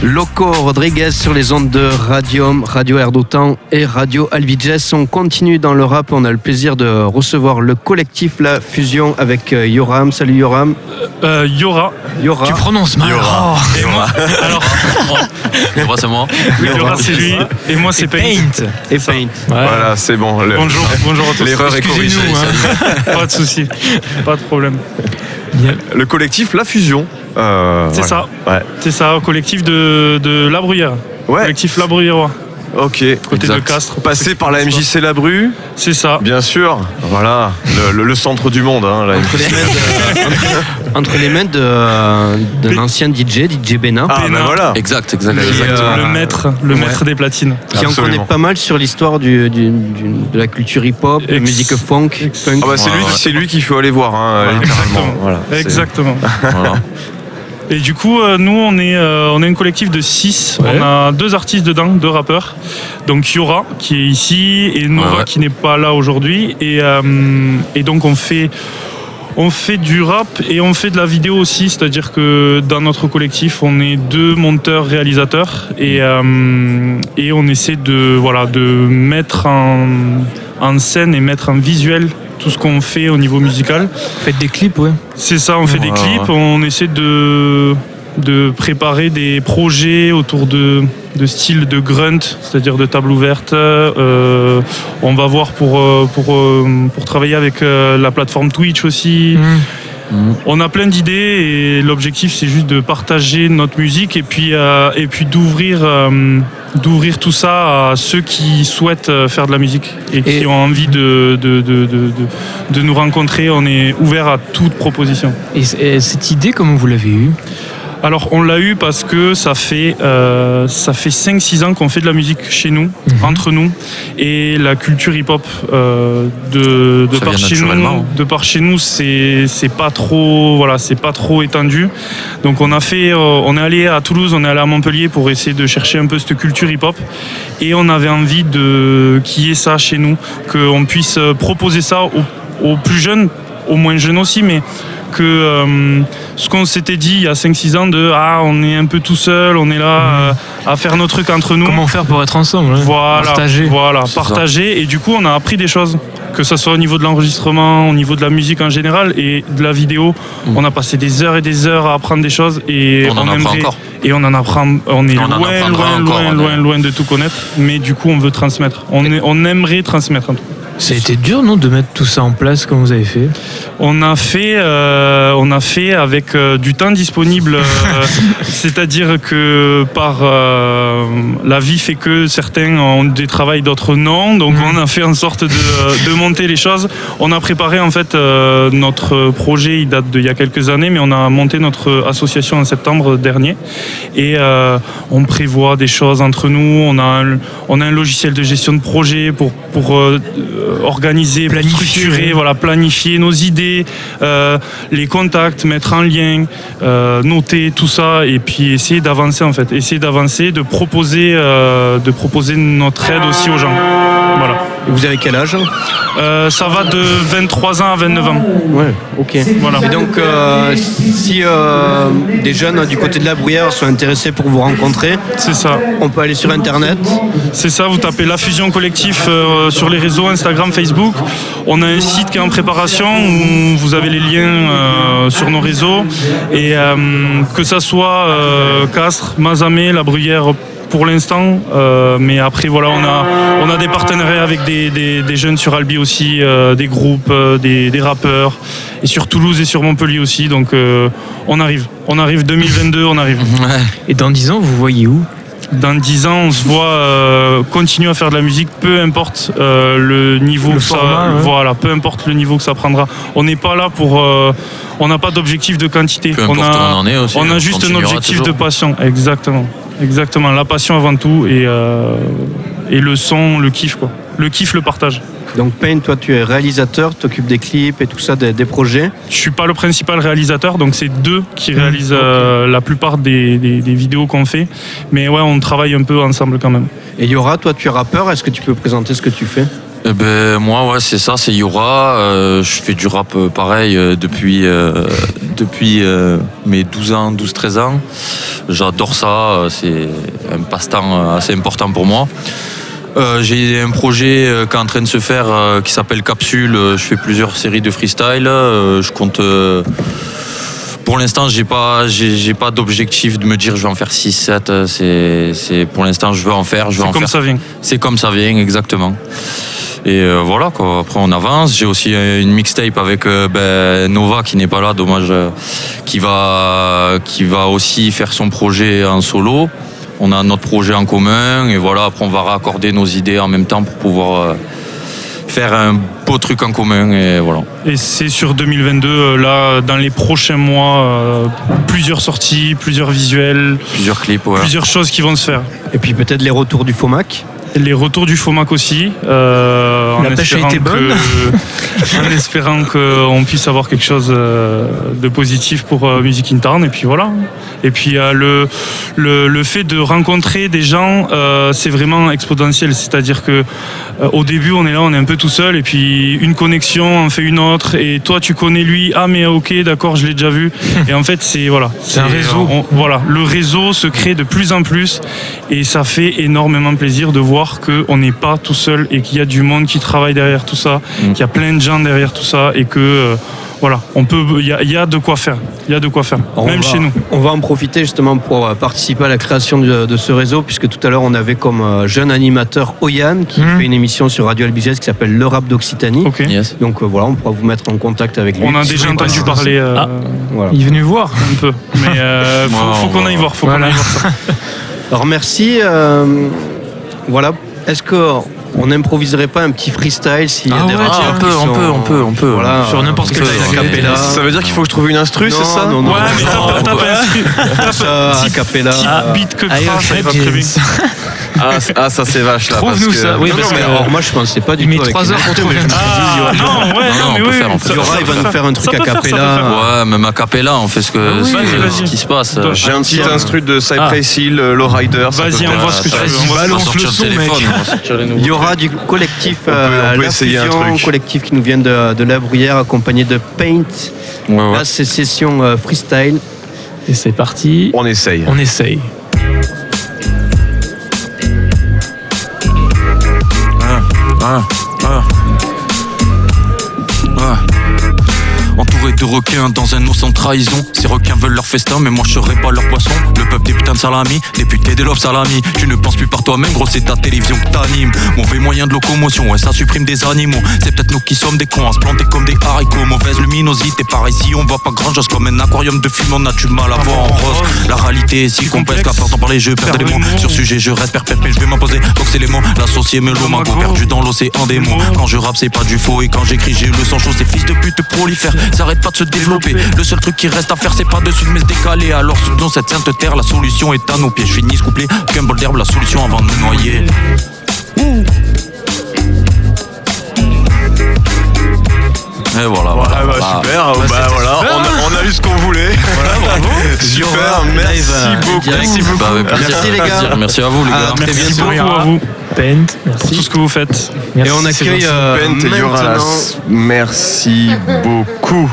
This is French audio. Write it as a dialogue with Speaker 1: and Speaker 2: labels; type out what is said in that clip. Speaker 1: Loco Rodriguez sur les ondes de Radium, Radio Air d'Otan et Radio Albiges. On continue dans le rap, on a le plaisir de recevoir le collectif La Fusion avec euh, Yoram. Salut Yoram.
Speaker 2: Euh, Yora.
Speaker 1: Yora.
Speaker 2: Ah.
Speaker 3: Tu prononces mal.
Speaker 4: Yora.
Speaker 3: Oh.
Speaker 4: Et moi,
Speaker 2: Alors,
Speaker 4: moi c'est moi.
Speaker 2: oui, Yora, c'est lui. Et moi, c'est Paint.
Speaker 1: et Paint.
Speaker 4: Voilà, c'est bon. le-
Speaker 2: Bonjour, bonjour à tous.
Speaker 4: L'erreur est corrigée.
Speaker 3: Excusez-nous, hein.
Speaker 2: Pas de souci, pas de problème.
Speaker 4: Le collectif La Fusion. euh,
Speaker 2: C'est
Speaker 4: voilà.
Speaker 2: ça.
Speaker 4: Ouais.
Speaker 2: C'est ça, au collectif de, de La Bruyère.
Speaker 4: Ouais,
Speaker 2: Collectif La Bruyère,
Speaker 4: ok.
Speaker 2: côté
Speaker 4: Exact.
Speaker 2: de Castres. pour ceux
Speaker 4: Passé
Speaker 2: qui
Speaker 4: par la
Speaker 2: connaissent
Speaker 4: MJC La Bru,
Speaker 2: pas. C'est ça.
Speaker 4: bien sûr. Voilà, le, le- le centre du monde, hein, la
Speaker 1: Entre les mains de- Entre les mains de- d'un ancien DJ, DJ Bena,
Speaker 4: Ah, ben
Speaker 2: Pénin.
Speaker 4: voilà.
Speaker 5: Exact, exact.
Speaker 2: Qui est,
Speaker 5: exact.
Speaker 2: euh,
Speaker 4: Exactement.
Speaker 2: le maître, le
Speaker 1: Ouais.
Speaker 2: maître des platines.
Speaker 1: qui en
Speaker 4: absolument.
Speaker 1: connaît pas mal sur l'histoire du- du- du- de la culture hip-hop, de
Speaker 2: Ex-
Speaker 1: musique funk.
Speaker 2: ex-
Speaker 1: funk.
Speaker 4: Ah bah c'est lui, c'est lui qu'il faut aller voir, hein,
Speaker 2: Voilà.
Speaker 4: littéralement.
Speaker 2: Exactement.
Speaker 4: Voilà, c'est-
Speaker 2: Exactement.
Speaker 5: Voilà.
Speaker 2: Et du coup, euh, nous, on est, euh, on est un collectif de 6.
Speaker 3: Ouais.
Speaker 2: On a deux artistes dedans, deux rappeurs. Donc Yora, qui est ici, et Nova,
Speaker 5: Ouais, ouais.
Speaker 2: qui n'est pas là aujourd'hui. Et, euh, et donc, on fait, on fait du rap et on fait de la vidéo aussi. C'est-à-dire que dans notre collectif, on est deux monteurs, réalisateurs. Et, euh, et on essaie de, voilà, de mettre en, en scène et mettre en visuel tout ce qu'on fait au niveau musical.
Speaker 3: Faites des clips, ouais.
Speaker 2: C'est ça, on fait des
Speaker 4: Ouais,
Speaker 2: clips,
Speaker 4: ouais.
Speaker 2: on essaie de, de préparer des projets autour de, de styles de grunt, c'est-à-dire de table ouverte. Euh, on va voir pour, euh, pour, euh, pour travailler avec euh, la plateforme Twitch aussi.
Speaker 4: Mm.
Speaker 2: On a plein d'idées et l'objectif c'est juste de partager notre musique et puis, euh, et puis d'ouvrir, euh, d'ouvrir tout ça à ceux qui souhaitent euh, faire de la musique et,
Speaker 1: Et-
Speaker 2: qui ont envie de, de, de, de, de- de nous rencontrer. On est ouvert à toute proposition.
Speaker 3: Et, c- et cette idée, comment vous l'avez eue
Speaker 2: Alors on l'a eu parce que ça fait, euh, ça fait 5-6 ans qu'on fait de la musique chez nous,
Speaker 3: Mhm.
Speaker 2: entre nous, et la culture hip-hop euh, de, de
Speaker 5: Ça
Speaker 2: par
Speaker 5: vient
Speaker 2: chez
Speaker 5: naturellement,
Speaker 2: nous,
Speaker 5: hein.
Speaker 2: de par chez nous, c'est c'est pas trop, voilà, c'est pas trop étendu. Donc on a fait, euh, on est allé à Toulouse, on est allé à Montpellier pour essayer de chercher un peu cette culture hip-hop, et on avait envie de qu'il y ait ça chez nous, qu'on puisse euh, proposer ça aux, aux plus jeunes, aux moins jeunes aussi, mais que euh, ce qu'on s'était dit il y a 5-6 ans de ah on est un peu tout seul, on est là euh, à faire nos trucs entre nous.
Speaker 3: Comment faire pour être ensemble hein ouais
Speaker 2: Voilà,
Speaker 3: Partager.
Speaker 2: Voilà,
Speaker 5: C'est ça.
Speaker 2: partager. Et du coup, on a appris des choses, que ce soit au niveau de l'enregistrement, au niveau de la musique en général et de la vidéo.
Speaker 5: Mm.
Speaker 2: On a passé des heures et des heures à apprendre des choses et
Speaker 5: On en apprend
Speaker 2: aimerait-
Speaker 5: encore.
Speaker 2: Et on en apprend. On est
Speaker 5: On en
Speaker 2: loin, loin,
Speaker 5: apprendra
Speaker 2: loin,
Speaker 5: encore,
Speaker 2: loin,
Speaker 5: on est-
Speaker 2: loin, de tout connaître. Mais du coup, on veut transmettre. On, est- on aimerait transmettre. en tout cas.
Speaker 3: Ça a été dur, non, de mettre tout ça en place comme vous avez fait
Speaker 2: On a fait, euh, on a fait avec euh, du temps disponible. euh, C'est-à-dire que par euh, la vie fait que certains ont des travails, d'autres non. Donc
Speaker 3: Mhm.
Speaker 2: on a fait en sorte de, de monter les choses. On a préparé en fait euh, notre projet, il date d'il y a quelques années, mais on a monté notre association en septembre dernier. Et euh, on prévoit des choses entre nous. On a un, on a un logiciel de gestion de projet pour, pour euh, organiser, pour
Speaker 3: Planifier,
Speaker 2: structurer,
Speaker 3: ouais.
Speaker 2: voilà, planifier nos idées, euh, les contacts, mettre en lien euh, noter tout ça et puis essayer d'avancer en fait, essayer d'avancer, de proposer, euh, de proposer notre aide aussi aux gens. Voilà.
Speaker 1: Vous avez quel âge
Speaker 2: Euh, ça va de 23 ans à 29 ans.
Speaker 1: Ouais, ok.
Speaker 2: Voilà.
Speaker 1: Et donc, euh, si euh, des jeunes du côté de la bruyère sont intéressés pour vous rencontrer,
Speaker 2: C'est ça.
Speaker 1: on peut aller sur Internet.
Speaker 2: C'est ça. Vous tapez la fusion collectif euh, sur les réseaux Instagram, Facebook. On a un site qui est en préparation où vous avez les liens euh, sur nos réseaux et euh, que ça soit euh, Castres, Mazamet, La Bruyère. Pour l'instant, euh, mais après voilà, on a on a des partenariats avec des, des- des jeunes sur Albi aussi, euh, des groupes, euh, des, des rappeurs, et sur Toulouse et sur Montpellier aussi. Donc euh, on arrive, on arrive 2022, on arrive.
Speaker 5: Ouais.
Speaker 3: Et dans 10 ans, vous voyez où
Speaker 2: Dans 10 ans, on se voit euh, continuer à faire de la musique, peu importe euh, le niveau
Speaker 3: Le
Speaker 2: que
Speaker 3: format,
Speaker 2: ça,
Speaker 3: ouais.
Speaker 2: voilà, peu importe le niveau que ça prendra. On n'est pas là pour, euh, on n'a pas d'objectif de quantité.
Speaker 5: Peu importe
Speaker 2: on a,
Speaker 5: où on en est aussi. hein.
Speaker 2: on a
Speaker 5: on
Speaker 2: juste un
Speaker 5: continuera
Speaker 2: objectif
Speaker 5: toujours.
Speaker 2: de passion, exactement, exactement. La passion avant tout et euh, et le son, le kiff quoi, le kiff, le partage.
Speaker 1: Donc, Payne, toi, tu es réalisateur, t'occupes des clips et tout ça, des, des projets.
Speaker 2: Je suis pas le principal réalisateur, donc c'est deux
Speaker 3: Mmh,
Speaker 2: qui réalisent euh, la plupart des, des- des vidéos qu'on fait. Mais ouais, on travaille un peu ensemble quand même.
Speaker 1: Et Yora, toi, tu es rappeur. Est-ce que tu peux présenter ce que tu fais
Speaker 5: Eh ben, moi, ouais, c'est ça, c'est Yura. Euh, je fais du rap euh, pareil euh, depuis, euh, depuis euh, mes 12 ans, 12-13 ans. J'adore ça, euh, c'est un passe-temps euh, assez important pour moi. Euh, J'ai un projet euh, qui est en train de se faire euh, qui s'appelle Capsule. Euh, Je fais plusieurs séries de freestyle. Euh, je compte. euh, pour l'instant, j'ai pas, j'ai j'ai pas d'objectif de me dire je vais en faire 6, 7. C'est, c'est- pour l'instant, je veux en faire, je veux en
Speaker 2: C'est comme
Speaker 5: faire
Speaker 2: ça vient.
Speaker 5: c'est comme ça vient, exactement. Et euh, voilà, quoi. après on avance. J'ai aussi euh, une mixtape avec euh, ben, Nova qui n'est pas là, dommage, euh, qui, va, qui va aussi faire son projet en solo. On a notre projet en commun et voilà, après on va raccorder nos idées en même temps pour pouvoir euh, faire un beau truc en commun et voilà.
Speaker 2: Et c'est sur 2022, euh, là, dans les prochains mois, euh, plusieurs sorties, plusieurs visuels,
Speaker 5: Plusieurs clips, ouais.
Speaker 2: plusieurs choses qui vont se faire.
Speaker 1: Et puis peut-être les retours du FOMAC.
Speaker 2: Les retours du FOMAC aussi. euh,
Speaker 3: La
Speaker 2: en
Speaker 3: pêche a
Speaker 2: espérant
Speaker 3: été bonne.
Speaker 2: que- en espérant qu'on puisse avoir quelque chose euh, de positif pour euh, Music in Town. Et puis voilà. Et puis euh, le, le, le fait de rencontrer des gens, euh, c'est vraiment exponentiel. C'est-à-dire que euh, au début, on est là, on est un peu tout seul. Et puis une connexion en fait une autre. Et toi, tu connais lui. Ah, mais ok, d'accord, je l'ai déjà vu. et en fait, c'est voilà.
Speaker 3: C'est un
Speaker 2: Et
Speaker 3: réseau.
Speaker 2: on- voilà, le réseau se crée de plus en plus et ça fait énormément plaisir de voir qu'on n'est pas tout seul et qu'il y a du monde qui travaille derrière tout ça,
Speaker 5: Mm.
Speaker 2: qu'il y a plein de gens derrière tout ça et que euh, voilà, on peut, il y a, il y a de quoi faire, il y a de quoi faire,
Speaker 1: Alors, on
Speaker 2: même
Speaker 1: va-
Speaker 2: chez nous.
Speaker 1: On va en profiter justement pour euh, participer à la création de, de ce réseau, puisque tout à l'heure on avait comme euh, jeune animateur Oyan qui
Speaker 3: Mhm.
Speaker 1: fait une émission sur Radio Albigès qui s'appelle Le Rap d'Occitanie.
Speaker 2: Ok.
Speaker 5: Yes.
Speaker 1: Donc euh, voilà, on pourra vous mettre en contact avec lui.
Speaker 2: On a déjà
Speaker 3: voulez
Speaker 2: entendu
Speaker 3: passer-
Speaker 2: parler euh,
Speaker 3: Ah.
Speaker 1: Voilà.
Speaker 3: Il est venu voir.
Speaker 2: un peu, mais euh, faut,
Speaker 5: Wow,
Speaker 2: faut qu'on
Speaker 5: wow.
Speaker 2: aille voir, faut
Speaker 3: Voilà.
Speaker 2: qu'on aille voir ça.
Speaker 1: Alors merci. euh, voilà. Est-ce que on n'improviserait pas un petit freestyle s'il y a
Speaker 3: Ah
Speaker 1: des
Speaker 3: ouais,
Speaker 1: rappeurs
Speaker 3: tiens,
Speaker 1: qui
Speaker 5: on peut, on
Speaker 1: sont-
Speaker 5: peut, on peut, on peut.
Speaker 1: Voilà,
Speaker 3: Sur n'importe
Speaker 1: euh,
Speaker 3: quel
Speaker 1: a
Speaker 3: sujet. Ah,
Speaker 1: cappella.
Speaker 4: Ça veut dire qu'il faut que je trouve une instru,
Speaker 1: Non,
Speaker 4: c'est ça
Speaker 1: non, non.
Speaker 2: Ouais, mais
Speaker 5: non,
Speaker 2: tape- tape
Speaker 5: ouais.
Speaker 2: un truc, tape
Speaker 1: Ça,
Speaker 2: un
Speaker 1: a
Speaker 2: petit-
Speaker 1: cappella.
Speaker 2: petit beat que
Speaker 3: Ayo,
Speaker 2: crache, ça va
Speaker 3: Fred
Speaker 2: très bien.
Speaker 3: Ah, James.
Speaker 4: Ah, c- ah, ça c'est vache là. parce
Speaker 3: Trouve-nous
Speaker 4: que-
Speaker 3: ça, oui,
Speaker 4: Non,
Speaker 3: parce
Speaker 4: non,
Speaker 1: Mais euh,
Speaker 4: mais
Speaker 3: que-
Speaker 1: alors moi je pensais pas du
Speaker 3: Il met
Speaker 1: tout. avec
Speaker 3: 3
Speaker 1: une
Speaker 3: heures pour
Speaker 1: intro,
Speaker 3: trouver
Speaker 1: mais
Speaker 3: un
Speaker 1: je me suis dit,
Speaker 2: Ah, non, ouais,
Speaker 5: Non,
Speaker 2: non,
Speaker 5: non,
Speaker 2: mais
Speaker 5: on peut
Speaker 2: oui,
Speaker 5: faire, on peut
Speaker 2: ça-
Speaker 1: Yora,
Speaker 2: ça
Speaker 1: il
Speaker 2: peut
Speaker 1: va nous faire un truc
Speaker 2: ça
Speaker 1: a
Speaker 2: peut faire, ça peut
Speaker 1: cappella.
Speaker 2: faire.
Speaker 5: Ouais, même à Capella, on fait ce que,
Speaker 3: Ah oui.
Speaker 5: ce que-
Speaker 2: Vas-y, vas-y.
Speaker 5: ce qui se passe.
Speaker 2: Toi,
Speaker 4: J'ai un petit instru de Cypress Hill, euh, Lowrider. ça
Speaker 2: Vas-y,
Speaker 4: peut
Speaker 2: on
Speaker 4: être-
Speaker 2: voit ce que tu
Speaker 5: Vas-y,
Speaker 2: veux. on voit ce que tu veux.
Speaker 5: balance
Speaker 3: sortir
Speaker 5: le
Speaker 3: le
Speaker 5: son,
Speaker 3: téléphone,
Speaker 5: mec.
Speaker 1: Il y aura du collectif
Speaker 4: On peut- on
Speaker 1: euh,
Speaker 4: peut
Speaker 1: La
Speaker 4: essayer un
Speaker 1: Fusion,
Speaker 4: truc.
Speaker 1: collectif qui nous vient de, de La Bruyère, accompagné de Paint.
Speaker 5: Ouais, ouais.
Speaker 1: Là, c'est session euh, freestyle.
Speaker 3: Et c'est parti.
Speaker 4: On essaye.
Speaker 3: On essaye.
Speaker 5: Hein, hein. Ouais. Entouré de requins dans un ours en trahison. Ces requins veulent leur festin, mais moi je serai pas leur poisson. Le peuple des putains de salami, des putains de lobes salami. Tu ne penses plus par toi-même, gros, c'est ta télévision que t'anime. Mauvais moyen de locomotion, ouais, ça supprime des animaux. C'est peut-être nous qui sommes des cons à se planter comme des haricots. Mauvaise luminosité, par ici on voit pas grand-chose. Comme un aquarium de fume, on a du mal à voir en rose. La réalité est si complexe qu'à part en parler, je perds des mots. Sur sujet, je reste perpète, mais je vais m'imposer. Donc c'est les mots, l'associé me l'eau, ma go, perdu dans l'océan des mots. Quand je rappe, c'est pas du faux. Et quand j'écris, j'ai le sang chaud. Ces fils de pute prolifèrent, s'arrêtent pas de se développer. Le seul truc qui reste à faire, c'est pas dessus de me décaler. Alors, soutenons cette sainte terre, la solution est à nos pieds. Je finis ce couplet, qu'un bol d'herbe, la solution avant de nous noyer. Et voilà, voilà.
Speaker 4: Ah bah
Speaker 5: voilà.
Speaker 4: super, bah, voilà, on a, on a eu ce qu'on voulait. super, merci beaucoup.
Speaker 1: Merci beaucoup.
Speaker 5: Bah, avec plaisir,
Speaker 1: Merci, les gars.
Speaker 5: plaisir. Merci à vous les
Speaker 1: Ah,
Speaker 5: gars.
Speaker 1: très
Speaker 2: Merci
Speaker 1: bientôt.
Speaker 2: beaucoup à vous
Speaker 3: Paint,
Speaker 2: pour tout
Speaker 3: merci.
Speaker 2: ce que vous faites.
Speaker 1: Et on accueille euh,
Speaker 4: Pente,
Speaker 1: maintenant
Speaker 4: Yoralas, merci beaucoup.